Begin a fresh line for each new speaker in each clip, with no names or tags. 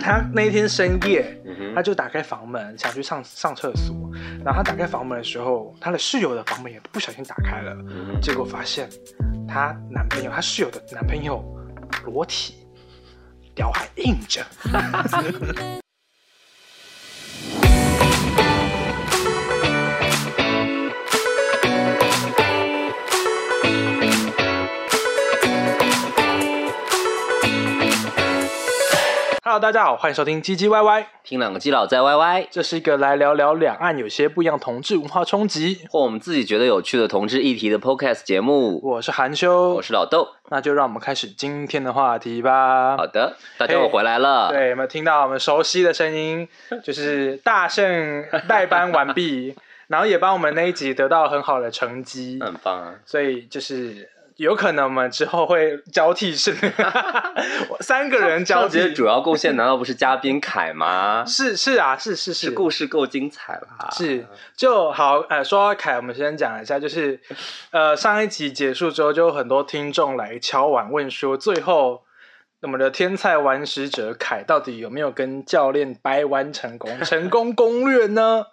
他那一天深夜，
嗯哼
他就打开房门想去上上厕所，然后他打开房门的时候，他的室友的房门也不小心打开了，
嗯哼
结果发现她男朋友，她室友的男朋友裸体，屌还硬着。Hello，大家好，欢迎收听唧唧歪歪，
听两个基佬在 YY，
这是一个来聊聊两岸有些不一样同志文化冲击。
或我们自己觉得有趣的同志议题的 Podcast 节目。
我是韩修，
我是老豆。
那就让我们开始今天的话题吧。
好的，大家我回来了。
对，有没有听到我们熟悉的声音？就是大圣代班完毕，然后也帮我们那一集得到很好的成绩，
很棒啊！
所以就是有可能我们之后会交替 是，三个人交
上
替？
节。主要贡献难道不是嘉宾凯吗
是是啊，是是是
是故事够精彩啦。
是，就好。呃，说到凯，我们先讲一下，就是，呃，上一集结束之后，就有很多听众来敲碗问说，最后我们的天才玩石者凯到底有没有跟教练掰弯成功，成功攻略呢？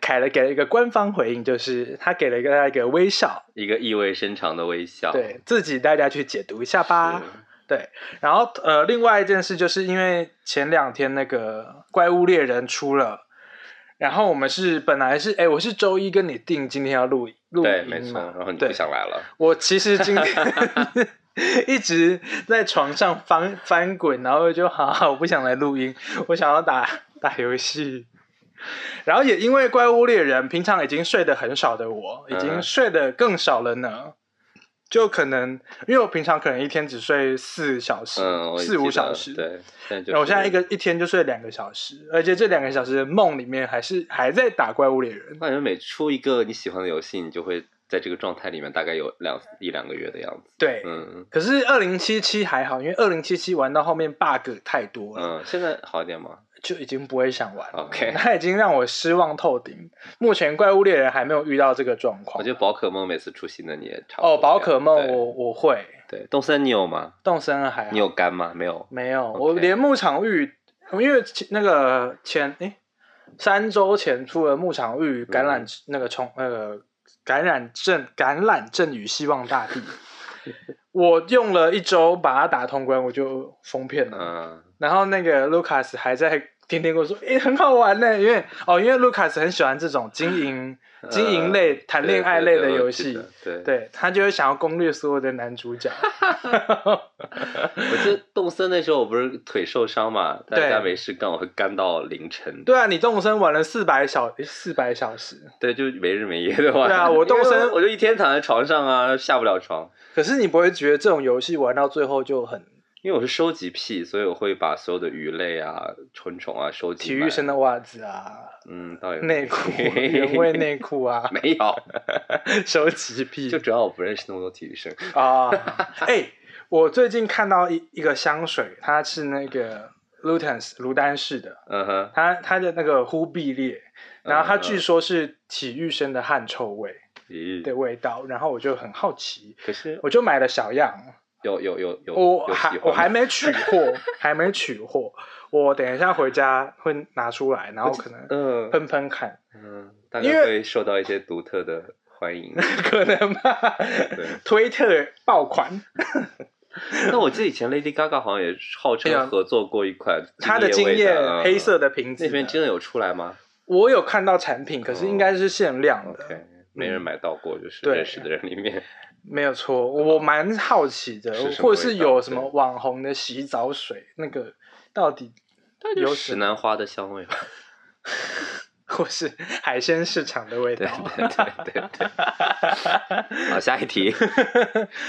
凯了给了一个官方回应，就是他给了一个大家一个微笑，
一个意味深长的微笑。嗯
对啊自己大家去解读一下吧。
是
对，然后呃，另外一件事就是因为前两天那个《怪物猎人》出了，然后我们是本来是哎，我是周一跟你定今天要录录
对，
音
没错。
嘛
然后你就
对
不，想来了，
我其实今天 一直在床上翻翻滚，然后就好好我不想来录音，我想要打打游戏。然后也因为《怪物猎人》，平常已经睡得很少的我，已
嗯
经
哼
睡得更少了呢。就可能因为我平常可能一天只睡四小时，
嗯，我也
四五
记得
小时，
对，但就
然后我现在
是
一个一天就睡两个小时，而且这两个小时的梦里面还是还在打怪物猎人
我。感觉每出一个你喜欢的游戏，你就会在这个状态里面大概有两一两个月的样子。
对，
嗯
可是二零七七还好，因为二零七七玩到后面 bug 太多了，
嗯，现在好一点吗
就已经不会想玩了。
？OK，
它已经让我失望透顶。目前怪物猎人还没有遇到这个状况。
我觉得宝可梦每次出新的你也差不多
哦，宝可梦我
对
哎我会，
对动森你有吗？
动森还好
你有肝吗？没有。
没有？
OK
我连牧场玉，因为前那个前诶三周前出了牧场玉感染、那个
嗯
虫那个感染症感染症与希望大地，我用了一周把它打通关，我就封片了。
嗯，
然后那个 Lucas 还在 天天跟我说，诶、很好玩呢，因为哦，因为 Lucas 很喜欢这种经营、经营类、 谈恋爱类的游戏，
呃对对对我记得，
对他就会想要攻略所有的男主角。
我记得动森那时候我不是腿受伤嘛，大
对
家没事干，我会干到凌晨。
对啊，你动身玩了四百小四百小时，
对，就没日没夜的玩。
对啊我动森
因为我就一天躺在床上啊，下不了床。
可是你不会觉得这种游戏玩到最后就很
因为我是收集癖，所以我会把所有的鱼类啊、昆虫啊收集
体
满。
育生的袜子啊、
嗯，倒也没，
内裤、啊 原味内裤啊
没有，
收集癖
就主要我不认识那么多体育生。
啊！哎、我最近看到一一个香水，它是那个 Lutens 卢丹氏的，
嗯哼，
它它的那个忽必烈，然后它
嗯嗯
据说是体育生的汗臭味
咦，
的味道，然后我就很好奇，
可是
我就买了小样，
有有有有，
我
有喜
还
欢
我还
吗
没 取货，还没取货，我等一下回家会拿出来，然后可能
嗯
喷喷看，
嗯，大
因
概
为
会受到一些独特的欢 迎。
可能吧
对。
推特爆款，
那我记得以前 Lady Gaga 好像也号
哎呀
称合作过一款
它的精
精
液黑色
的
的瓶
嗯
子
那边
的，
真的有出来吗
我有看到产品，可是应该是限量的，
？OK，没人买到过，就是
嗯对
认识的人里面。
没有错。我蛮好奇的
是，什么
或者是
味道
有什么
对
网红的洗澡水，那个到底 有
有
什
石
么，
楠花的 香味吧？
或是海鲜市场的味
对
道？
对对对对。好，下 一题。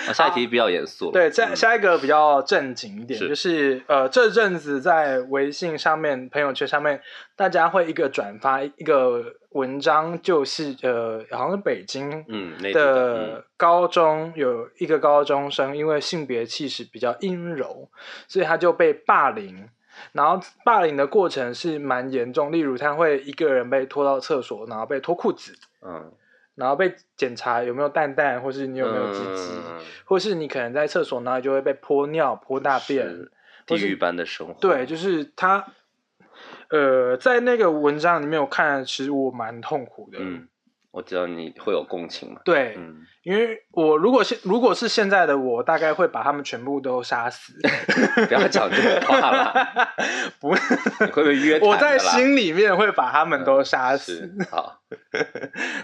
好，下一题比较严肃了。
啊对，下
嗯
下一个比较正经一点，
是
就是呃，这阵子在微信上面、朋友圈上面，大家会一个转发一个文章，就是呃，好像是北京
嗯，那的
的高中有一个高中生，因为性别气质比较阴柔，所以他就被霸凌。然后霸凌的过程是蛮严重，例如他会一个人被拖到厕所，然后被脱裤子，
嗯，
然后被检查有没有蛋蛋，或是你有没有鸡鸡。
嗯
或是你可能在厕所，然后就会被泼尿、泼大便
是，地
或是
狱般的生活。
对，就是他，呃，在那个文章里面我看，其实我蛮痛苦的。
嗯，我知道你会有共情嘛。
对，
嗯，
因为我如果现如果是现在的我，大概会把他们全部都杀死。
不要讲这个话啦，
不，
你会不会约谈的啦？
我在心里面会把他们都杀死。
是好，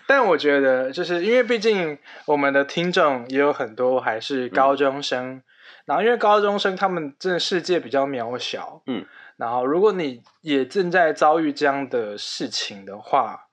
但我觉得，就是因为毕竟我们的听众也有很多还是高中生，
嗯
然后因为高中生他们真的世界比较渺小，
嗯，
然后如果你也正在遭遇这样的事情的话，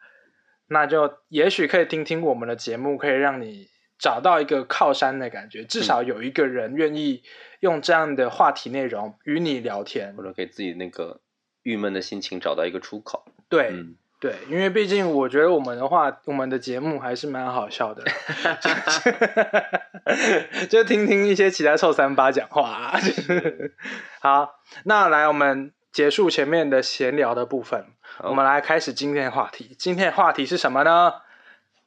那就也许可以听听我们的节目，可以让你找到一个靠山的感觉，至
嗯
少有一个人愿意用这样的话题内容与你聊天
或。者给自己那个郁闷的心情找到一个出口。
对，
嗯，
对，因为毕竟我觉得我们的话，我们的节目还是蛮好笑的， 就是就听听一些其他臭三八讲话、啊。就是 好，那来我们结束前面的闲聊的部分，
好
我们来开始今天的话题。今天的话题是什么呢？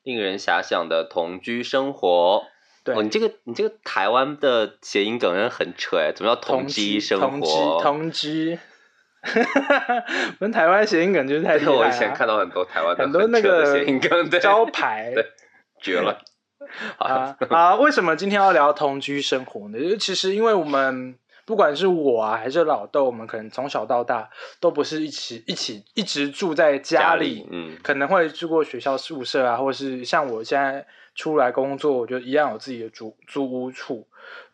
令人遐想的同居生活。
对，
哦，你这个你这个台湾的谐音梗真的很扯哎，怎么叫
同
居
居
生
同居
活？
同居， 我们台湾谐音梗就是太厉
这 个我
害
以前看
了、
到很多台湾的
很多那
扯的
个
谐音梗，对，
招牌。
对绝了。好，
啊啊！为什么今天要聊同居生活呢？就是其实因为我们不管是我啊，还是老豆，我们可能从小到大都不是一起一起一直住在家里，
嗯，
可能会住过学校宿舍啊，或是像我现在出来工作，我就一样有自己的租租屋处。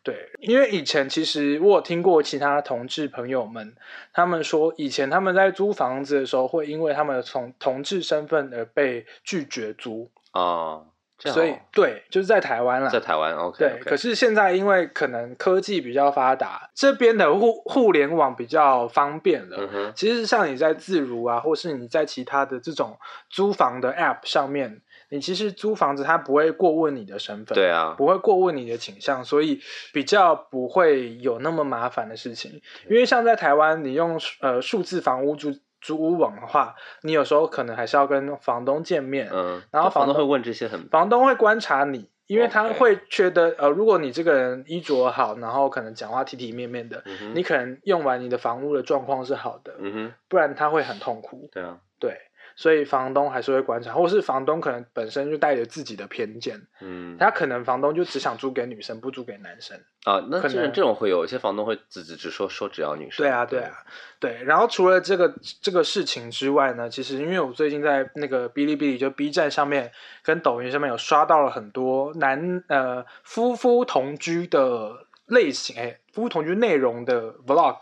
对，因为以前其实我有听过其他同志朋友们，他们说以前他们在租房子的时候，会因为他们从同志身份而被拒绝租，
哦，这样
所以
哦
对，就是在台湾啦，
在台湾 OK，
对，可是现在因为可能科技比较发达，这边的互互联网比较方便了。
嗯哼，
其实像你在自如啊，或是你在其他的这种租房的 App 上面，你其实租房子它不会过问你的身份，
对啊，
不会过问你的倾向，所以比较不会有那么麻烦的事情。因为像在台湾，你用呃数字房屋租租屋网的话，你有时候可能还是要跟房东见面，
嗯，
然后
这房
房东
会问这些很
房东会观察你，因为他
OK
会觉得呃，如果你这个人衣着好，然后可能讲话体体面面的，
嗯哼
你可能用完你的房屋的状况是好的，
嗯哼，
不然他会很痛苦。
对啊，
对，所以房东还是会观察，或是房东可能本身就带着自己的偏见，
嗯，
他可能房东就只想租给女生，不租给男生。
啊，那
可
这种
能
这种会有一些房东会只只只说说只要女生，
对啊，对啊，对。然后除了这个这个事情之外呢，其实因为我最近在那个哔哩哔哩就 B 站上面跟抖音上面有刷到了很多男呃夫妇同居的类型，哎，夫妇同居内容的 vlog，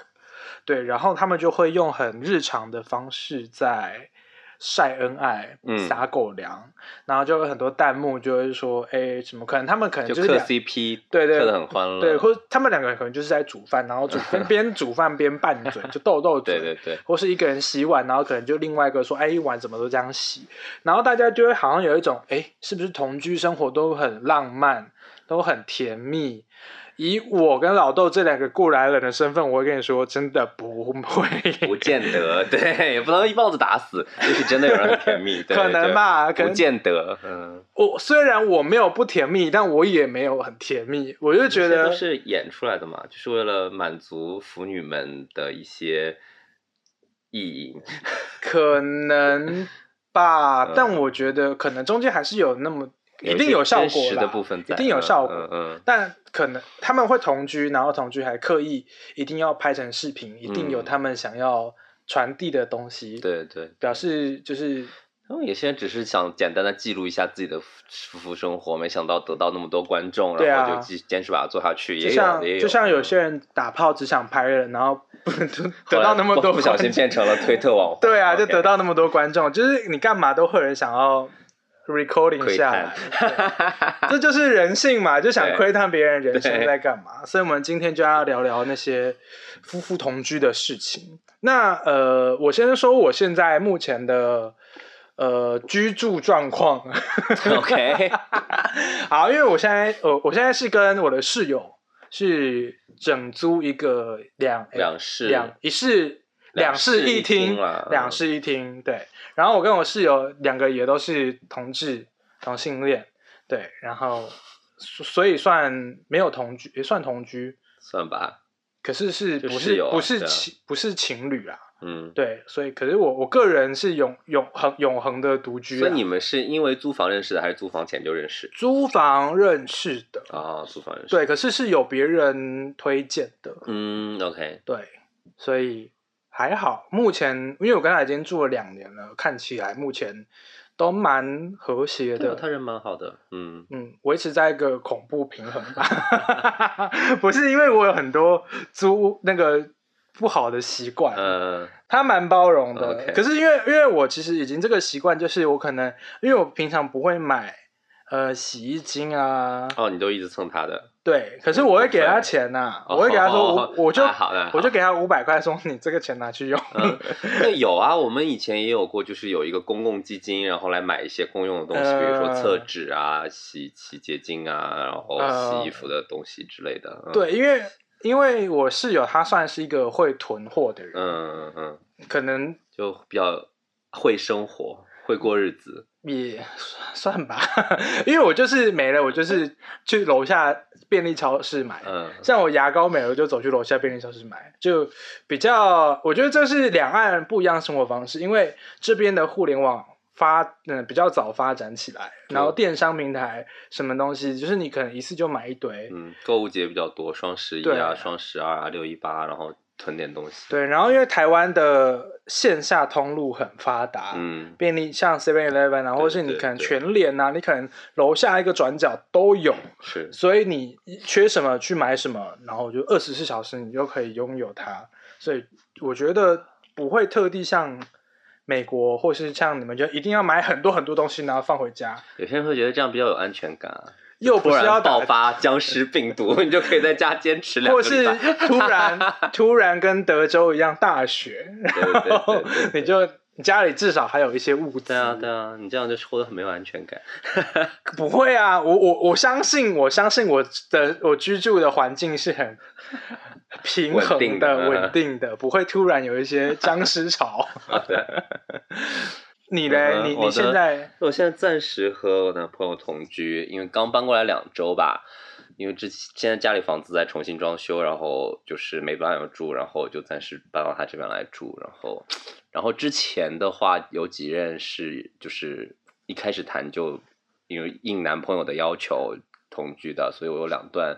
对，然后他们就会用很日常的方式在。晒恩爱
嗯，
撒狗粮，然后就有很多弹幕就会说，哎，怎么可能？他们可能
就
就是
磕
两
CP，
对对
磕的很欢乐，
对，或者他们两个人可能就是在煮饭，然后 煮边煮饭边拌嘴，就斗斗嘴，
对对对，
或是一个人洗碗，然后可能就另外一个说，哎，一碗怎么都这样洗，然后大家就会好像有一种，哎，是不是同居生活都很浪漫，都很甜蜜？以我跟老豆这两个过来人的身份，我会跟你说，真的不会，
不见得，对，也不能一棒子打死，也许真的有人很 甜蜜，对
可能，吧，
对
可
不
能
见得，嗯，
我虽然我没有不甜蜜，但我也没有很甜蜜，我就觉
这些
得
都是演出来的嘛，就是为了满足腐女们的一些意义，
可能吧
嗯，
但我觉得可能中间还是有那么一定
些
有效
真
果
实
啦
的部分
一
在，
定有
嗯
效果
嗯嗯，
但可能他们会同居，然后同居还刻意一定要拍成视频，一定有他们想要传递的东西，
嗯对对，
表示就是
他们有些人只是想简单的记录一下自己的夫妇生活，没想到得到那么多观众，
对
然
啊
后就继坚持把它做下去，
就
也有
像
也有，
就像有
嗯
些人打炮只想拍人，然后不
后
得
来
到那么
不
多
不小
观
心
众
变成了推特网红，
对啊，就
OK
得到那么多观众，就是你干嘛都会有人想要 recording
窥
下
探
来，对这就是人性 嘛，就想
对
窥探别人人
对
生在干嘛。所以我们今天就要聊聊那些夫妇同居的事情。那呃，我先说我现在目前的呃居住状况。
OK，
好，因为我现在呃，我现在是跟我的室友是整租一个两
两室
两一室
两
两室
室一
一
厅
厅
啦，
两
嗯
室一厅。对，然后我跟我室友两个也都是同志同性恋，对，然后所所以算没有同居，也算同居，
算吧，
可是是不
就是有啊
不是
对啊
情不是情侣啊？
嗯，
对，所以可是我我个人是永永恒永恒的独居、
所
啊
以，你们是因为租房认识的，还是租房前就认识？
租房认识的，
啊、租房认识。，
对，可是是有别人推荐的，
嗯，OK，
对，所以还好。目前因为我跟他已经住了两年了，看起来目前都蛮和谐
对
的
啊，。他人蛮好的，嗯，
嗯，维持在一个恐怖平衡吧， 不是因为我有很多租那个不好的习惯，
呃，
他蛮包容的。
OK
可是因为因为我其实已经这个习惯，就是我可能因为我平常不会买呃洗衣精啊，
哦，你都一直蹭他的，
对，可是我会给他钱呐、
哦
我会给他说
哦
我我就
那好那好
我就给他五百块，说你这个钱拿去用。
嗯，那有啊，我们以前也有过，就是有一个公共基金，然后来买一些公用的东西，比如说
呃
厕纸啊、洗洗洁精啊，然后
呃
洗衣服的东西之类的。嗯、
对，，因为因为我室友他算是一个会囤货的人，
嗯嗯嗯，
可能
就比较会生活，会过日子。
也算吧， 因为我就是没了，我就是去楼下便利超市买。
嗯，
像我牙膏没了，我就走去楼下便利超市买，就比较，我觉得这是两岸不一样的生活方式，因为这边的互联网发，嗯、比较早发展起来，然
嗯
后电商平台什么东西，就是你可能一次就买一堆，
嗯，购物节比较多，双十一
对
啊、
啊
双十二啊、六一八，然后囤点东西。，
对，然后因为台湾的线下通路很发达，
嗯，
便利像 Seven Eleven 啊，或者是你
对
可能
对
全联啊，你可能楼下一个转角都有，
是，
所以你缺什么去买什么，然后就二十四小时你就可以拥有它。所以我觉得不会特地像美国或是像你们就一定要买很多很多东西，然后放回家，
有些人会觉得这样比较有安全感啊。
又
突
不是
然
要
爆
打，
发僵尸病毒， 你就可以在家坚持两
或
个
是
礼拜。
突 然突然跟德州一样大雪，
对对对对对
你就家里至少还有一些物资。
对啊，对啊，你这样就是活得很没有安全感。
不会啊，我我我相信，我相信我的我居住的环境是 很平
稳
衡
定的嗯
稳定的，不会突然有一些僵尸 潮。
啊对，
你嘞，
嗯
你
我
你
的
现在
我现在暂时和我男朋友同居，因为刚搬过来两周吧，因为之前现在家里房子在重新装修，然后就是没办法住，然后我就暂时搬到他这边来住，然后，然后之前的话有几任是就是一开始谈就因为应男朋友的要求同居的，所以我有两段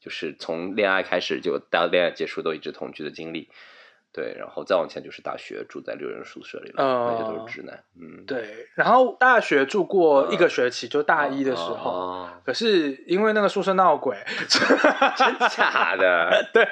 就是从恋爱开始就到恋爱结束都一直同居的经历。对，然后再往前就是大学住在六人宿舍里了，那些都
哦
是直男。嗯，
对，然后大学住过一个学期，就大一的时候，
哦，
可是因为那个宿舍闹鬼，
真假的？
对，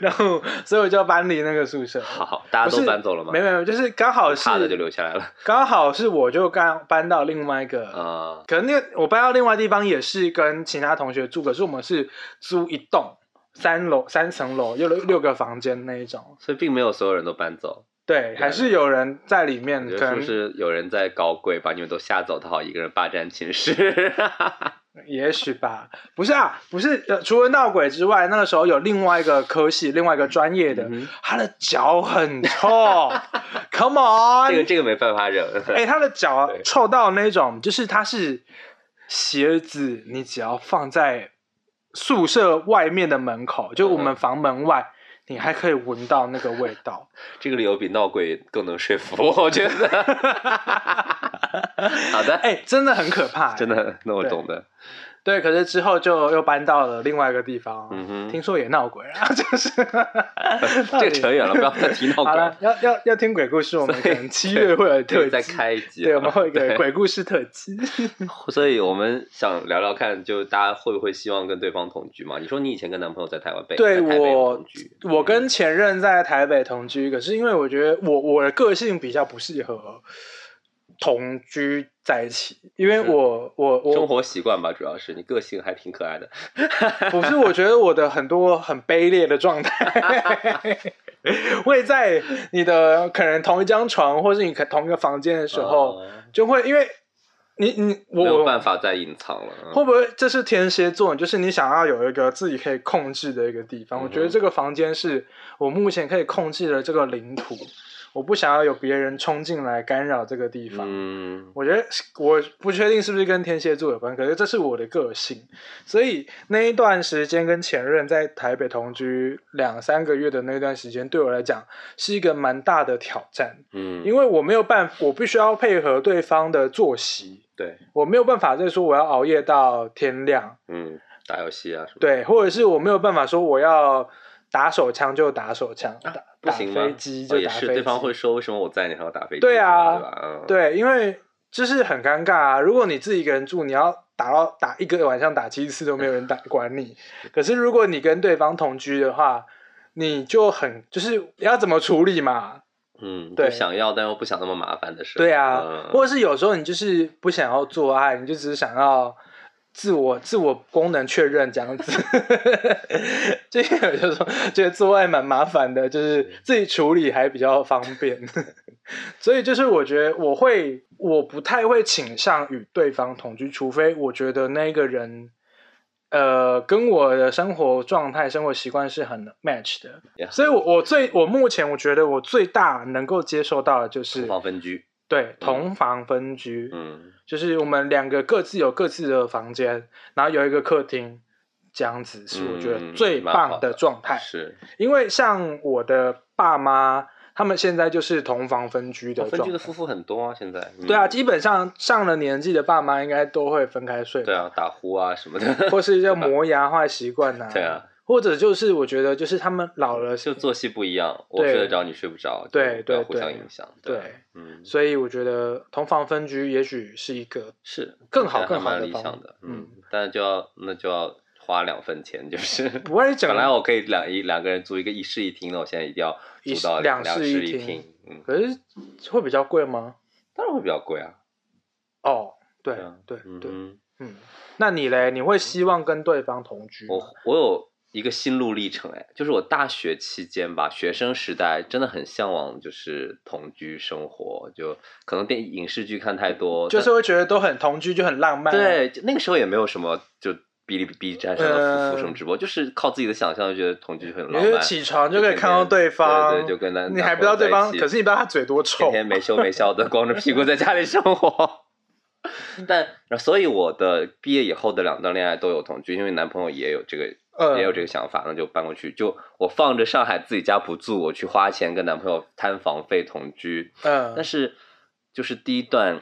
然后所以我就搬离那个宿舍。
好，大家
不
都
是
搬走了吗？
没有没有，就是刚好是
怕的就留下来了
刚好是我就刚搬到另外一个
啊。
可能那个我搬到另外地方也是跟其他同学住，可是我们是租一栋三楼三层楼，有六六个房间那一种。
所以并没有所有人都搬走，
对，还是有人在里面，
你觉
可能
得是不是有人在高贵把你们都吓走，他好一个人霸占 寝室？
啊也许吧，不是啊，不是，呃除了闹鬼之外，那个时候有另外一个科系，另外一个专业的，
嗯哼
他的脚很臭 ，Come on，
这个这个没办法忍。
哎、他的脚啊
对
臭到那种，就是他是鞋子，你只要放在宿舍外面的门口，就我
嗯
们房门外，你还可以闻到那个味道。
这个理由比闹鬼更能说服我，我觉得。 好的，
哎、真的很可怕、
真
的。
的，那我懂的。
对，可是之后就又搬到了另外一个地方，
嗯
听
哼，
说也闹鬼啊， 就是。
这个扯远了，不要再提闹鬼
好了，。要要要听鬼故事，我们可能七月会有
这
特
个再
辑。
开一集啊。
对，我们会有一
对
个鬼故事特辑。
所以我们想聊聊看，就大家会不会希望跟对方同居嘛？你说你以前跟男朋友在台湾被
对
在台北
我
同居，嗯
我跟前任在台北同居，可是因为我觉得我我的个性比较不适合同居在一起，因为
是
我我
生
我
活习惯吧，主要是你个性还挺可爱的，
不是我觉得我的很多很卑劣的状态， 会在你的可能同一张床或是你可同一个房间的时候，
哦
就会因为你你
没有
我。
办法再隐藏了。嗯
会不会这是天蝎座？就是你想要有一个自己可以控制的一个地方。我觉
嗯
得
哼
这个房间是我目前可以控制的这个领土，我不想要有别人冲进来干扰这个地方。
嗯，
我觉得我不确定是不是跟天蝎座有关，可是这是我的个性，所以那一段时间跟前任在台北同居两三个月的那段时间，对我来讲是一个蛮大的挑战，
嗯，
因
为
为我没有办法，我必须要配合对方的作息，
对，
我没有办法再说我要熬夜到天亮，
嗯，打游戏啊什么，，
对，或者是我没有办法说我要打手枪就打手枪，打
啊不
打
行吗？
飞机
哦
就
也
打飞
是，
机，
对方会说为什么我在你还要打飞机？
对啊
对吧？嗯，
对，因为就是很尴尬啊。如果你自己一个人住，你要打到打一个晚上打七次都没有人打管 你。可是如果你跟对方同居的话，你就很就是要怎么处理嘛？
嗯，
对
就想要但又不想那么麻烦的事。
对啊，
嗯
或者是有时候你就是不想要做爱，你就只是想要。自我自我功能确认这样子， 就是有时候觉得做爱蛮麻烦的，就是自己处理还比较方便， 所以就是我觉得我会我不太会倾向与对方同居，除非我觉得那个人。呃，跟我的生活状态、生活习惯是很 match 的
Yeah.
所以我，我最我目前我觉得我最大能够接受到的就是
同房分居，
对同房分居，
嗯，
就是我们两个各自有各自的房间，然后有一个客厅，这样子是我觉得
嗯
最
蛮好
棒
的
的状态。
是
因为像我的爸妈，他们现在就是同房分居的
同哦分居
状
的
态。
夫妇很多啊，现在。嗯
对啊，，基本上上了年纪的爸妈应该都会分开睡，
对啊，打呼啊什么的，
或是要磨牙坏习惯呐，
对啊，
或者就是我觉得就是他们老了，
就作息不一样，我
对
睡得着，你睡不着，
对
就不要
对
互相
对
影响。
对
啊嗯，
所以我觉得同房分居也许是一个
是
更好
这
更
样还
好
蛮
的
理
方
想
法
的，
嗯
嗯，但是就要那就要花两份钱， 就是。
不会整
本来我可以两一两个人租一个一室一厅的，我现在一定要
一
租
室
到
两
两
室
室
一
一
厅
厅，嗯，
可是会比较贵吗？
当然会比较贵啊。
哦，对
对啊
对对，
嗯
嗯，那你嘞？你会希望跟对方同居
哼，
吗？
我我有一个心路历程哎，就是我大学期间吧，学生时代真的很向往就是同居生活，就可能电影视剧看太多，
就是
但
会觉得都很同居，就很浪漫、，啊
对，就那个时候也没有什么就哔哩哔 B 站上的夫妇什么
嗯
直播，就是靠自己的想象就觉得同居很
你
浪
就
漫。
起床就可以看到对方，
对对，就跟男
你还不知道对
男
方，
朋友在一起
可是你不知道他嘴多
天
臭。
天没羞没笑的光着屁股在家里 生活。但然后所以我的毕业以后的两段恋爱都有同居，因为男朋友也有这个、
嗯
也有这个想法，那就搬过去。就我放着上海自己家不住，我去花钱跟男朋友摊房费同居。但
嗯，
是就是第一段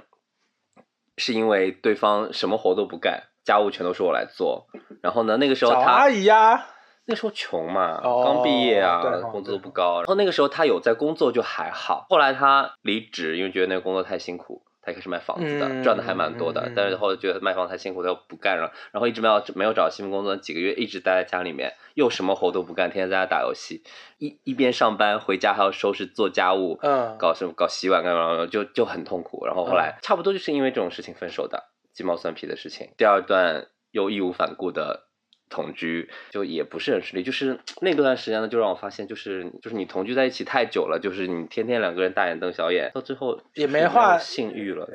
是因为对方什么活都不干，家务全都是我来做。然后呢，那个时候
找
他
阿姨呀、啊，
那时候穷嘛，
哦
刚毕业啊
对哦，
工资都不高。然后那个时候他有在工作就还好，后来他离职，因为觉得那个工作太辛苦，他一开始卖房子的，
嗯
赚的还蛮多的。
嗯嗯
但是后来觉得卖房太辛苦，他又不干了，然后一直没有没有找新工作，几个月一直待在家里面，又什么活都不干，天天在家打游戏，一一边上班回家还要收拾做家务，
嗯，
搞什么搞洗碗干嘛干嘛，就就很痛苦。然后后来、差不多就是因为这种事情分手的，鸡毛蒜皮的事情。第二段又义无反顾的同居，就也不是很顺利。就是那段时间呢，就让我发现，就是就是你同居在一起太久了，就是你天天两个人大眼瞪小眼，到最后
也没
没有
话
性欲 了。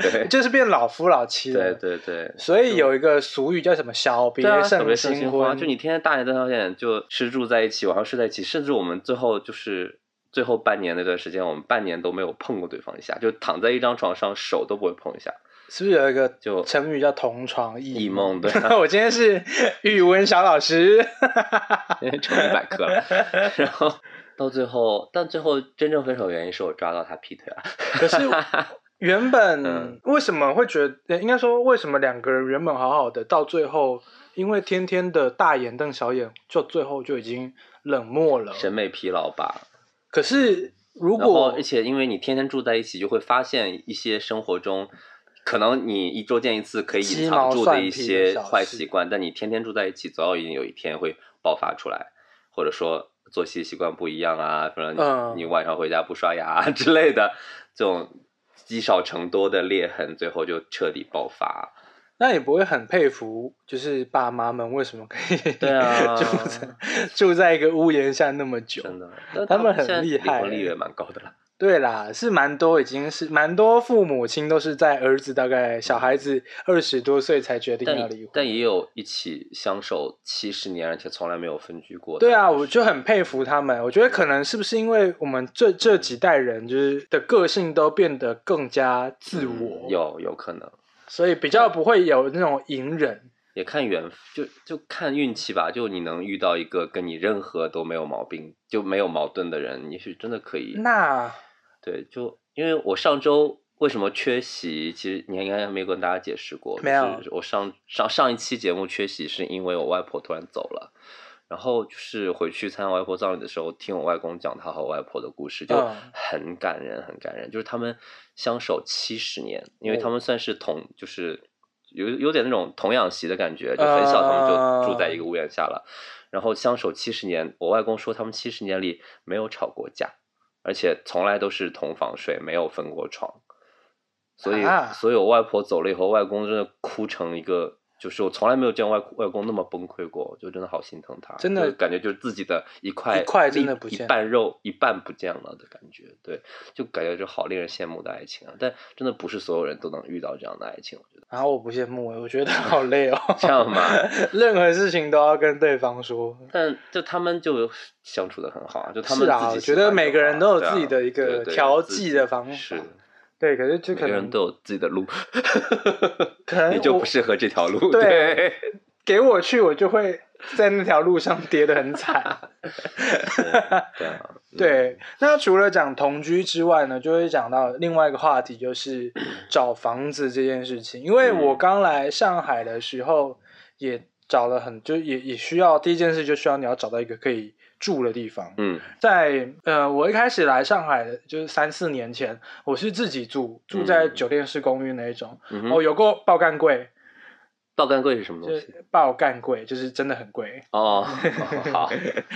对
就是变老夫老妻了。
对对对。
所以有一个俗语叫什么“小别
对啊，特
胜
别胜新
婚”，
就你天天大眼瞪小眼，就吃住在一起，晚上睡在一起，甚至我们最后就是最后半年那段时间，我们半年都没有碰过对方一下，就躺在一张床上，手都不会碰一下，
是不是有一个
就
成语叫“同床异
异梦对、
梦” 我今天是 语文小老师，
成语百科了。然后到最后，但最后真正分手原因是我抓到他劈腿了。
可是原本
嗯
为什么会觉得，应该说为什么两个人原本好好的，到最后因为天天的大眼瞪小眼，就最后就已经冷漠了。
审美疲劳吧，
可是如
然后
果
而且因为你天天住在一起，就会发现一些生活中，可能你一周见一次可以
鸡
隐藏
毛
住
蒜
的
皮
一
的
些
小
坏
事
习惯，但你天天住在一起，总有一有一天会爆发出来，或者说作息习惯不一样啊，比如说
嗯
你你晚上回家不刷牙啊 之类的，这种积少成多的裂痕，最后就彻底爆发。
那也不会很佩服，就是爸妈们为什么可以
对啊
住在住在一个屋檐下那么久？
真的，但
他们很
现在
厉害
离婚率
欸
也蛮高的了。
对啦，是蛮多，已经是蛮多父母亲都是在儿子大概小孩子二十多岁才决定要
但
离婚。
但也有一起相守七十年，而且从来没有分居过的。
对啊，我就很佩服他们。我觉得可能是不是因为我们这这几代人就是的个性都变得更加自我，
嗯有有可能
所以比较不会有那种隐忍。
也看缘，就就看运气吧。就你能遇到一个跟你任何都没有毛病，就没有矛盾的人，也许真的可以。
那
对，就因为我上周为什么缺席，其实你应该还没有跟大家解释过。就
没有
是我上上上一期节目缺席是因为我外婆突然走了，然后就是回去参加外婆葬礼的时候，听我外公讲他和我外婆的故事，就
嗯
很感人，很感人。就是他们相守七十年，因为
哦
他们算是同，就是有有点那种童养媳的感觉，就很小他们就住在
啊
一个屋檐下了。然后相守七十年，我外公说他们七十年里没有吵过架，而且从来都是同房睡，没有分过床。所以，
啊
所以我外婆走了以后，外公真的哭成一个，就是我从来没有见外外公那么崩溃过，就真的好心疼他，
真的
就感觉就是自己的一块
一块真
一
的不见
一半肉一半不见了的感觉，对，就感觉就好令人羡慕的爱情啊！但真的不是所有人都能遇到这样的爱情，我觉得
然后我不羡慕，欸我觉得好累 哦。
这样嘛。
任何事情都要跟对方说。
但就他们就相处的很好啊，就他们
是啊
自己
我
喜
觉
欢就好啊、
得每个人都有
对啊
自己的一个
对对
调
自
剂
己
的方法
是
对，可是就
每
可
个人
能
都有自己的路，
可能
你就
哎我
不适合这条路，
对
对。
给我去，我就会在那条路上跌得很 惨。
对啊，嗯，
对，那除了讲同居之外呢，就会讲到另外一个话题，就是找房子这件事情。因为我
嗯
刚来上海的时候，也找了很，就也也需要第一件事就需要你要找到一个可以住的地方。
嗯
在呃，我一开始来上海的就是三四年前，我是自己住，住在
嗯
酒店式公寓那一种，
嗯哦
哦，
哼，
有过爆干贵，
爆肝贵是什么
就
东西？
是爆干贵，就是真的很贵。
哦，
嗯
好，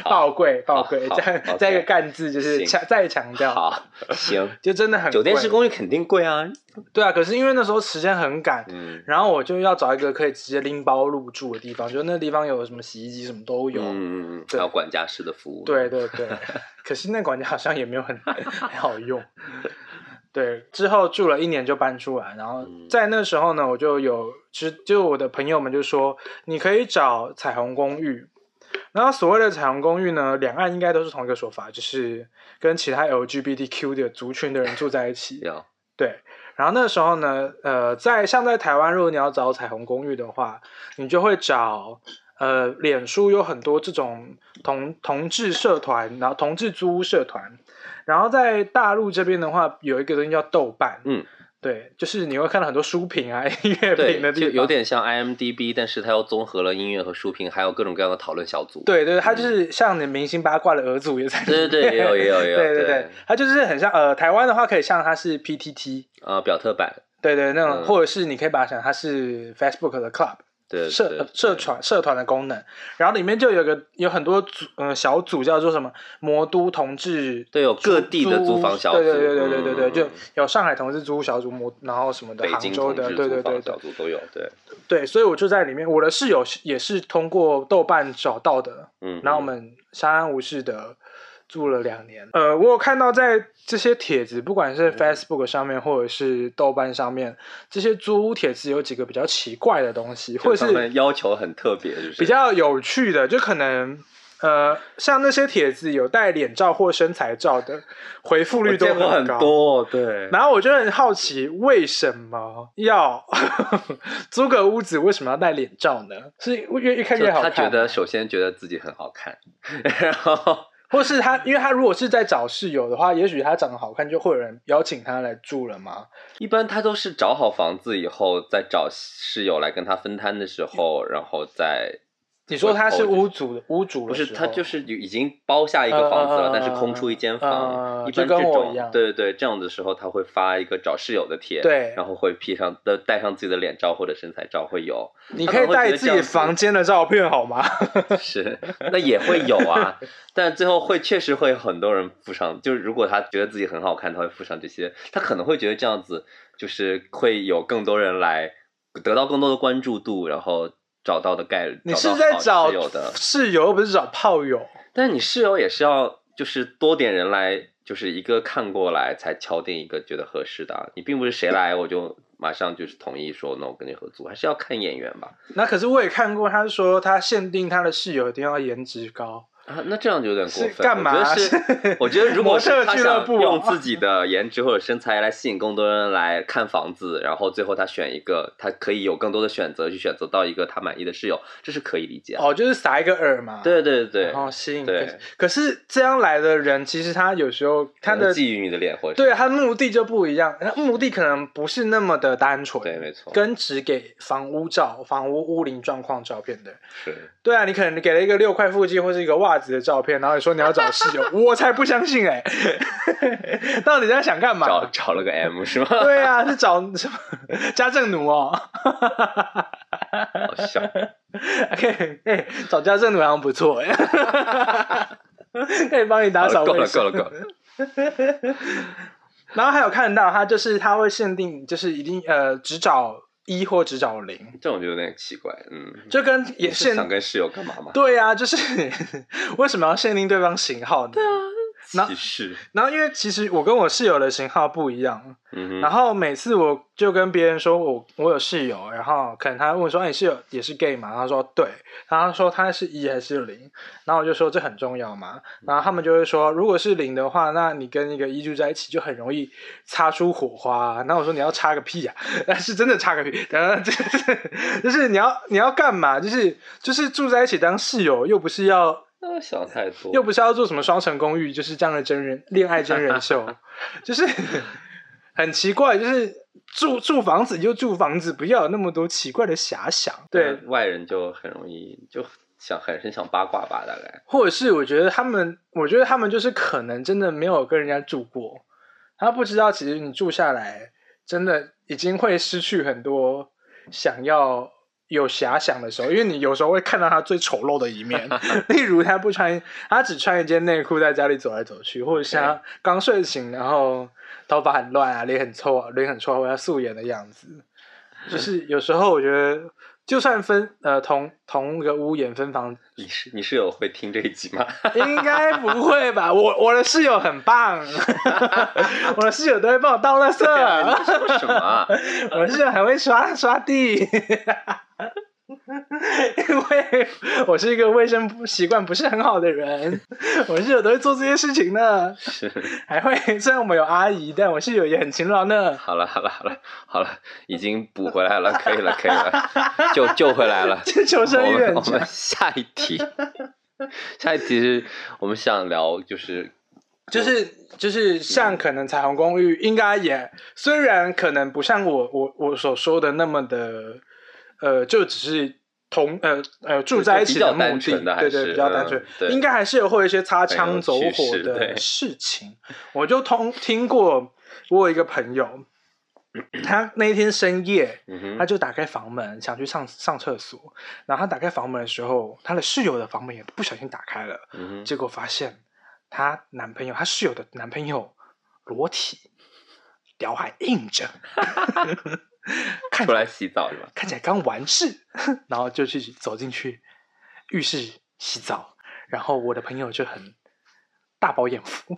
爆贵，爆贵，
好
加
好
加一个
OK
干字，就是
行
强再强调，
好，行，
就真的很贵。
酒店式公寓肯定贵啊，
对啊，可是因为那时候时间很赶，
嗯
然后我就要找一个可以直接拎包入住的地方，就那地方有什么洗衣机什么都有。
嗯嗯嗯，
对
还有管家式的服务，
对，对 对，可是那管家好像也没有很 很好用。对，之后住了一年就搬出来，然后
嗯
在那时候呢，我就有，其实就我的朋友们就说，你可以找彩虹公寓。然后所谓的彩虹公寓呢，两岸应该都是同一个说法，就是跟其他 LGBTQ 的族群的人住在一起。
要
对，然后那时候呢，呃，在像在台湾，如果你要找彩虹公寓的话，你就会找呃，脸书有很多这种同同志社团，然后同志租屋社团，然后在大陆这边的话，有一个东西叫豆瓣，
嗯，
对，就是你会看到很多书评啊、 音乐评的
对，
地
就
方，
有点像 IMDB，但是它又综合了音乐和书评，还有各种各样的讨论小组，
对对，它就是像你明星八卦的儿组也在里
嗯对对对，
面
也有也有也有，
对对对，它就是很像呃，台湾的话可以像它是 PTT，
啊，表特版，
对对，那种、
嗯
或者是你可以把它想它是 Facebook 的 Club。
对，
社
对
呃社，团社团的功能，然后里面就有个有很多组呃小组叫做什么魔都同志
对，有各地的租房小组，
对对对对对对对，
嗯
就有上海同志租屋小组魔，然后什么的，
北
杭
京
州
同
的，
志
对对对
租房
对
小组都有，对，
对，所以我就在里面，我的室友是也是通过豆瓣找到的，
嗯，
然后我们相安无事的住了两年。呃，我有看到在这些帖子，不管是
嗯
Facebook 上面或者是豆瓣上面，这些租屋帖子有几个比较奇怪的东西，或者
就他
是
们要求很特别，就是
比较有趣的，就可能呃，像那些帖子有带脸照或身材照的，回复
我
率都
见过很
高。
多，对，
然后我就很好奇，为什么要 租个屋子，为什么要带脸照呢？是越越看
就
越好
他
看，
觉得，首先觉得自己很好看， 然后
或是他，因为他如果是在找室友的话，也许他长得好看，就会有人邀请他来住了嘛。
一般他都是找好房子以后，再找室友来跟他分摊的时候，然后再
你说他是
会投
屋主，屋主的
不是
时
他
候
就是已经包下一个房子了，
嗯嗯嗯
但是空出一间
嗯嗯
房，一般
就
这
跟我
种
一样
对对对这样的时候，他会发一个找室友的帖，
对
然后会 P 上的带上自己的脸照或者身材照会有，
你可以带自己房间的照片好吗？
是，那也会有啊，但最后会确实会有很多人附上，就是如果他觉得自己很好看，他会附上这些，他可能会觉得这样子就是会有更多人来得到更多的关注度，然后找到的概率。
你
找
是
到
在
好
找
室友的，
室友，又不是找炮友。
但是你室友也是要就是多点人来，就是一个看过来才敲定一个觉得合适的啊。你并不是谁来我就马上就是同意说那我跟你合租，还是要看眼缘吧。
那可是我也看过，他说他限定他的室友一定要颜值高，
啊，那这样就有点过分。
是干嘛
我觉得 是，我觉得如果是
模特
他
俱乐
想
部啊
用自己的颜值或者身材来吸引更多人来看房子，然后最后他选一个，他可以有更多的选择去选择到一个他满意的室友，这是可以理解的。哦
哦，就是撒一个饵嘛，，
对对对，
然后吸引。
对
可是可是这样来的人，其实他有时候他
可能
的
觊觎你的脸，或者
对啊他目的就不一样，他目的可能不是那么的单纯，
对，没错，
跟只给房屋照、房屋屋龄状况照片的。
是
对啊，你可能给了一个六块腹肌或是一个袜子的照片，然后你说你要找室友，我才不相信哎、 到底在想干嘛？
找找了个 M 是 吗？
对啊，是找什么家政奴哦。
好笑，
OK，哎、找家政奴好像不错哎、 可以帮你 打
好
扫
了够
卫
了
生。
够了够了，
然后还有看到他就是他会限定，就是一定呃只找一或只找零，
这种就有点奇怪，嗯，
就跟也
你嗯是
限
想跟室友干嘛吗？
对啊，就是 为什么要限定对方型号呢？对啊。那
歧视，
然后因为其实我跟我室友的型号不一样，
嗯
然
哼，
后每次我就跟别人说我我有室友，然后可能他问我说：“哎，你室友也是 gay 嘛？”然后说：“对。”然后他说他是一还是零，然后我就说这很重要嘛。然后他们就会说，如果是零的话，那你跟一个一住在一起就很容易擦出火花、啊。那我说你要擦个屁呀、啊， 是真的擦个屁。然后就是就是你要你要干嘛？就是就是住在一起当室友，又不是要
那啊想太多，
又不是要做什么双城公寓，就是这样的真人恋爱真人秀，就是很奇怪，就是住住房子就住房子，不要有那么多奇怪的遐想。嗯对，
但外人就很容易就想很很想八卦吧，大概
或者是我觉得他们，我觉得他们就是可能真的没有跟人家住过，他不知道其实你住下来，真的已经会失去很多想要有遐想的时候，因为你有时候会看到他最丑陋的一面，例如他不穿，他只穿一件内裤在家里走来走去，或者是他刚睡醒，然后头发很乱啊，脸很臭啊，脸很臭啊，或者他素颜的样子，就是有时候我觉得。就算分呃同同一个屋檐分房
你是你室友会听这一集吗？
应该不会吧？我我的室友很 棒，我的室友都会帮我倒垃圾，
哎你在 说什么啊？
我的室友还会刷刷地， 因为我是一个卫生不习惯不是很好的人，我室友都会做这些事情呢，
是
还会虽然我们有阿姨，但我室友也很勤劳呢。
好哦了好了好了好了，已经补回来了，可以了可以了，救救回来了。
这 求生
我
欲
们
很
我
强
们，下一题，下一题是我们想聊就是哦
就是就是
嗯
像可能彩虹公寓应该也虽然可能不像我我我所说的那么的，呃，就只是同呃呃住在一起
就比较
目
单纯的
的，
还
对
是
对，比较单纯
嗯，对
应该还是有会有一些擦枪走
很有趣
火
事对
的事情。我就通听过，我有一个朋友，他那天深夜。
嗯
他
哼，
就打开房门，想去上上厕所。然后他打开房门的时候，他的室友的房门也不小心打开了，
嗯哼，
结果发现她男朋友，她室友的男朋友裸体，屌还硬 着，看起
出来
来
洗澡 是吧？
看起来刚完事， 然后就去走进去浴室洗澡，然后我的朋友就很大饱眼 福，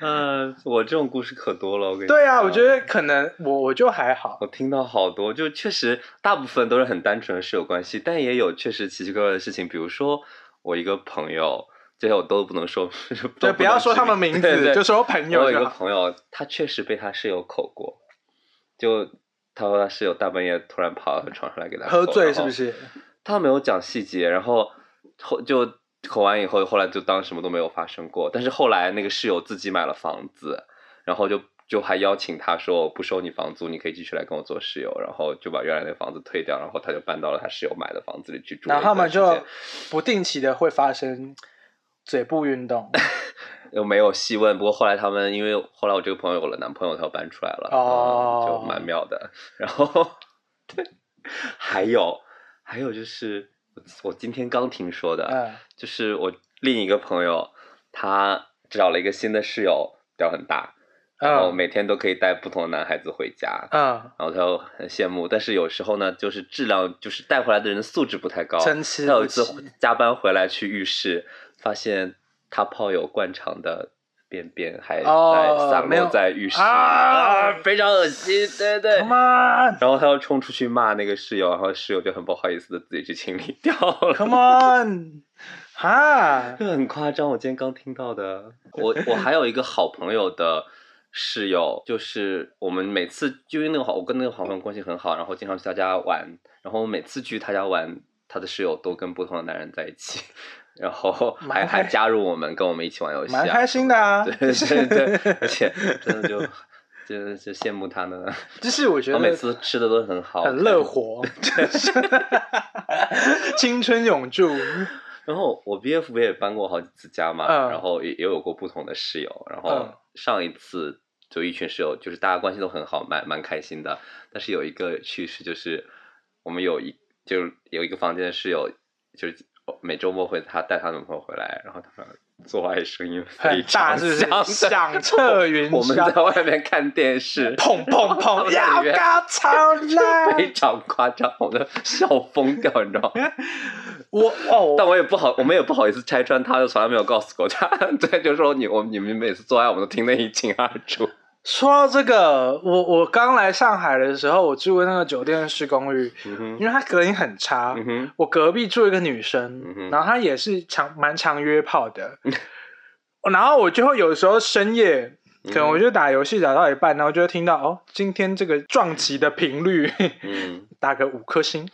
嗯、我这种故事可多了，我跟你
对啊，我
讲
觉得可能我我就还好，
我听到好多，就确实大部分都是很单纯的室友关系，但也有确实奇奇怪怪的事情，比如说我一个朋友，这些我都不能说，
对，不要说他们名字，
对对
就说朋
我
友
有一
就
个
好。
朋友，他确实被他室友口过，就他和他室友大半夜突然跑到床上来给他
喝
口
醉
然
是不
后
是？
他没有讲细节，然后后就口完以后，后来就当什么都没有发生过。但是后来那个室友自己买了房子，然后就就还邀请他说我不收你房租，你可以继续来跟我做室友，然后就把原来那房子退掉，然后他就搬到了他室友买的房子里去住了
然
一段时间。
后他们就不定期的会发生嘴部运 动，
又没有细问，不过后来他们因为后来我这个朋友有了男朋友，他又搬出来了，
哦
嗯就蛮妙的。然后对，还有还有就是我我今天刚听说的，
嗯。
哦就是我另一个朋友，他找了一个新的室友，调很大，然后每天都可以带不同的男孩子回家，
嗯，
然后他又很羡慕，但是有时候呢，就是质量就是带回来的人的素质不太高。
参差
他有
不
一次
齐
加班回来去浴室，发现他泡友灌肠的便便还
哦
在散
没有
落在浴室，
啊
非常恶心，对对。
，Come on，Come
然后他又冲出去骂那个室友，然后室友就很不好意思的自己去清理掉了。
on，哈
这，个很夸张，我今天刚听到的。我我还有一个好朋友的室友，就是我们每次因为那个好，我跟那个好朋友关系很好，然后经常去他家玩，然后我每次去他家玩，他的室友都跟不同的男人在一起，然后还
蛮开
还加入我们，跟我们一起玩游戏、啊，
蛮开心的啊，
对 对对，而且真的就 就就羡慕他呢。
就是我觉
我
得
每次吃的都很好，
很乐 活，就是青春永驻，
然后我 B F 不也搬过好几次家嘛，
嗯
然后也也有过不同的室友，然
嗯
后上一次就一群室友，就是大家关系都很好，蛮蛮开心的。但是有一个趣事就是，我们有一就是有一个房间的室友，就是每周末会他带他女朋友回来，然后他们做爱声音
很
非
大，
常
是不
响
是？响彻云
我们
霄，
在外面看电视，
砰砰 砰，
在
要
里面
高潮 啦！
非常夸张，我都笑疯掉，你知道吗？
我
但
哦，
我也不好，我们也不好意思拆穿他，就从来没有告诉过他。 对，就说你我你们每次做爱，我们都听得一清二楚。
说到这个，我我刚来上海的时候，我住的那个酒店式公寓，
嗯哼，
因为它隔音很差，
嗯哼，
我隔壁住一个女
嗯
生，
哼
然后她也是常蛮常约炮 的，然后我就会有时候深夜，
嗯
可能我就打游戏打到一半，然后就会听到哦，今天这个撞击的频率
嗯，
打个五颗星，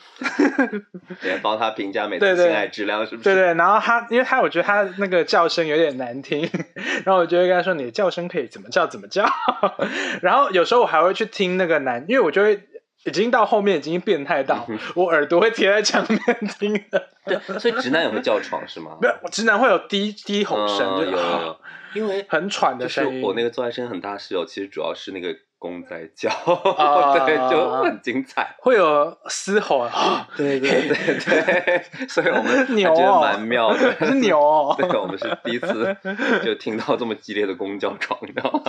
也帮他评价每
对
次
对
性爱质量是不
对
是？
对，然后她因为她我觉得她那个叫声有点难听， 然后我就会跟她说你的叫声可以怎么叫怎么叫， 然后有时候我还会去听那个男，因为我就会。已经到后面已经变态到
嗯
我耳朵会贴在墙面听的，
对所以直男也会叫床是吗？
没有，我直男会有低低吼声，
嗯
就
有
是
有有，因为
很喘
就
的
是
声音。
我那个做爱声很大室友，其实主要是那个公在叫，
啊
对，就很精彩。
会有嘶吼，啊
对 对啊对对，所以我们 还
牛哦
觉得蛮妙的。
是牛、哦。
对，我们是第一次就听到这么激烈的公叫床，你知 道吗？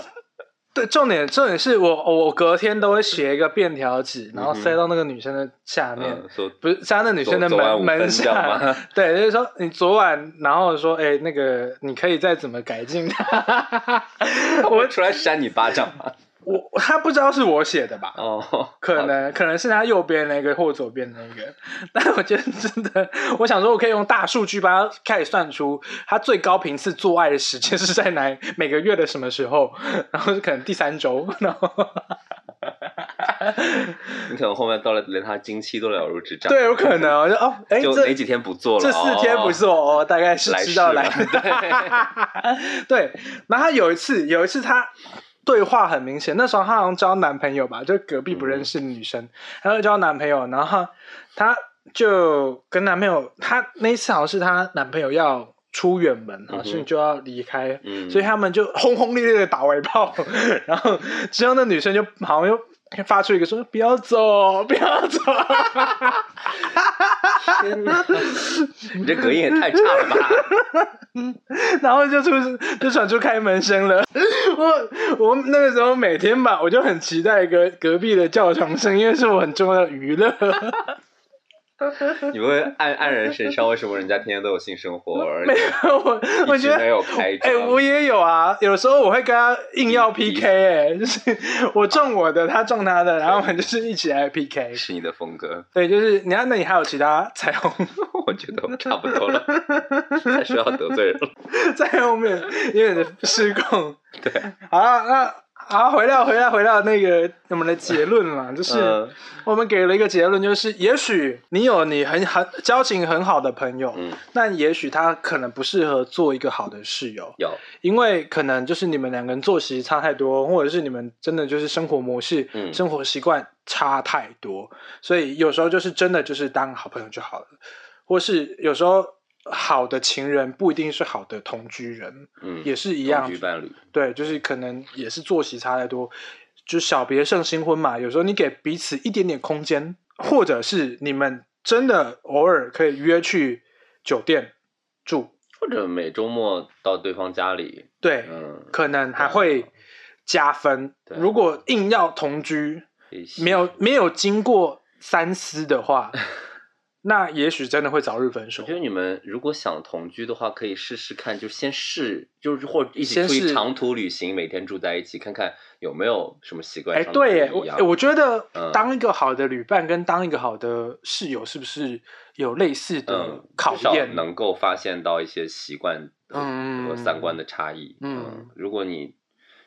对，重点重点是我我隔天都会写一个便条纸，然后
嗯哼
塞到那个女生的下面，
嗯，说
不是塞到那女生的
昨晚
门
五
门
分这样
下。
吗？
对，就是说你昨晚，然后说，哎，那个你可以再怎么改进 它。我
我出来扇你巴掌 吗？
我他不知道是我写的吧？
哦，
可能可能是他右边那个或左边那个， 但我觉得真的，我想说我可以用大数据帮他开始算出他最高频次做爱的时间是在哪每个月的什么时候，然后可能第三周，然后
你可能后面到了连他经期都了如指掌，
对，有可能我就哦，哎，
就
这
哪几天不做了，
这四天不
哦，
是我，哦、大概是知道来
来世
对，然后他有一次，有一次他对话很明显，那时候她好像交男朋友吧，就隔壁不认
嗯
识的女生，她就交男朋友，然后她就跟男朋友，她那一次好像是她男朋友要。出远门，好
嗯
像
哼
就要离开，
嗯
所以他们就轰轰烈烈的打完炮，然后之后那女生就好像又发出一个说不要走，不要走，
天哪，你这隔音也太差了 吧？
然后就出就传出开门声了。 我我那个时候每天吧，我就很期待隔隔壁的叫床声，因为是我很重要的娱乐。
你会黯黯然神伤，为什么人家天天都有性生活，而
没
你
有我，我
一
觉
直
得
没有开张
哎、我也有啊，有时候我会跟他硬要 PK，哎、就是 我中我的，他中他的，然后我们就是一起来 PK。
是你的风格？
对，就是你看，那你还有其他彩虹
我觉得我差不多了，再说要得罪人了。
在后面有点失控。对，好啊，那好，回到回到回到那个我们的结论了， 就是。
嗯
我们给了一个结论，就是也许你有你很很交情很好的朋友，
嗯，
但也许他可能不适合做一个好的室友，
有，
因为可能就是你们两个人作息差太多，或者是你们真的就是生活模式、
嗯
生活习惯差太多，所以有时候就是真的就是当好朋友就好了，或是有时候好的情人不一定是好的同居人，
嗯，
也
是
是一样
同居伴侣，
对，就是可能也是作息差太多，就小别胜新婚嘛。有时候你给彼此一点点空间，或者是你们真的偶尔可以约去酒店住，
或者每周末到对方家里，
对，
嗯，
可能还会加分。
对啊
如果硬要同居，没有没有经过三思的 话，那也许真的会早日分手
我觉。得你们如果想同居的话，可以试试看，就先试，就是或者一起
先
出去
试
长途旅行，每天住在一起，看看有没有什么习惯
哎，
上的不
对耶，
一
我
样。
哎我觉得
嗯
当一个好的旅伴跟当一个好的室友是不是有类似的
嗯，
考
至少
验？
能够发现到一些习惯
嗯
和三观的差异。
嗯
如果你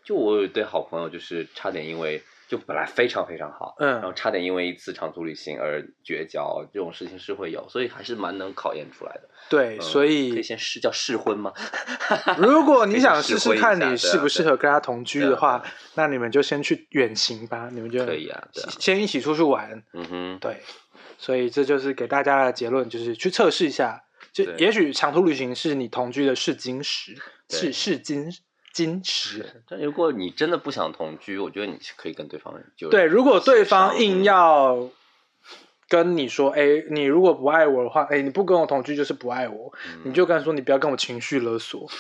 就我有一对好朋友，就是差点因为就本来非常非常好，然后
嗯，
差点因为一次长途旅行而绝交，这种事情是会有，所以还是蛮能考验出来的。
对，
嗯
所
可以
以
先试叫试婚吗？
如果你
可以
想
试
试试
婚一
看
下
你
对啊
适不适
对
合跟他同居
对
的
啊
话，那你们就先去远行吧，你们就
可以啊，对啊，
先一起出去玩。
嗯哼，
对，所以这就是给大家的结论，就是去测试一下，就
对
也许长途旅行是你同居的试金石，
对
是试金金石。
但如果你真的不想同居，我觉得你是可以跟对方就
对，如果对方
协商
硬
嗯
要跟你说，哎、你如果不爱我的话，哎、你不跟我同居就是不爱我，
嗯
你就跟他说，你不要跟我情绪勒索，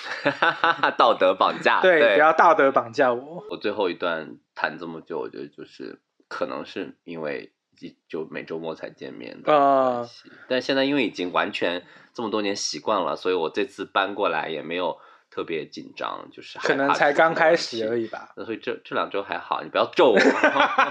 道德绑架，
对，
啊对
不要道德绑架我。
我最后一段谈这么久，我觉得就是可能是因为一就每周末才见面的关
呃，
系，但现在因为已经完全这么多年习惯了，所以我这次搬过来也没有特别紧张，啊就是
可能才刚开始而
已。
已吧。
那所以这这两周还好，你不要咒我。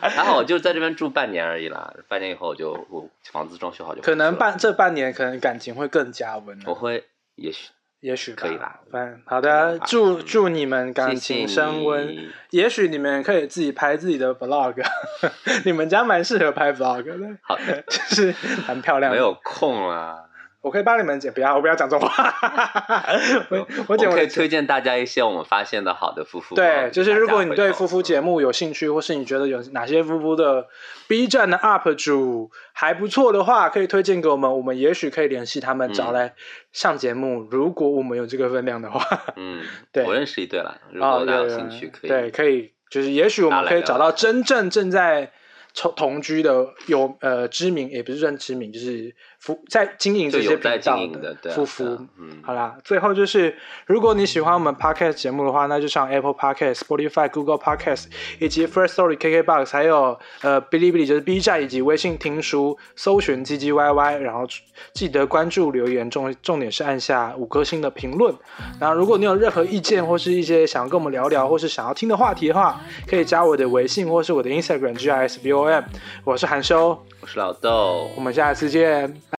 还好我就在这边住半年而已啦，半年以后我就我房子装修好就回去
可能
了
半这半年，可能感情会更加温
我
了，
会也许
也许吧
哦可以啦
反正好
可
的
能吧，
祝
嗯
祝你们感
谢谢
情升温。
你
也许你们可以自己拍自己的 vlog，你 们家蛮适合拍 vlog 的，
好的，
就是很漂亮。
没，有空啦。
我可以帮你们剪，不要，我不要讲这种话。我我剪
们
我
可
的
以推荐大家一些我们发现的好的夫妇。啊
对，就是如果你对夫
夫
妇节目有兴趣，或是你觉得有哪些夫妇的 B 站的 UP 主还不错的话，可以推荐给我们，我们也许可以联系他们
嗯
找来上节目。如果我们有这个分量的话，
嗯，
对
我认识一对了，如
啊，
果大家
有
有
有
兴趣可以。
对，可以，就是也许我
拿
们
来
可以
聊
找
聊
到真正正在同同居的有呃知名，也不是算知名，就是夫在经营
就
这些
有
频
在经
道
营对啊
夫
对
妇
啊。嗯，
好啦，最后就是，如果你喜欢我们 podcast 节目的话，那就上 Apple Podcast、Spotify、Google Podcast 以及 First Story、KKBox，还有呃哔哩哔哩，就是 B 站以及微信听书，搜寻 GGYY，然后记得关注留言，重重点是按下五颗星的评论。然后，如果你有任何意见或是一些想要跟我们聊聊，或是想要听的话题的话，可以加我的微信或是我的 Instagram G I S B O M，我是韩修，
我是老豆，
我们下次见。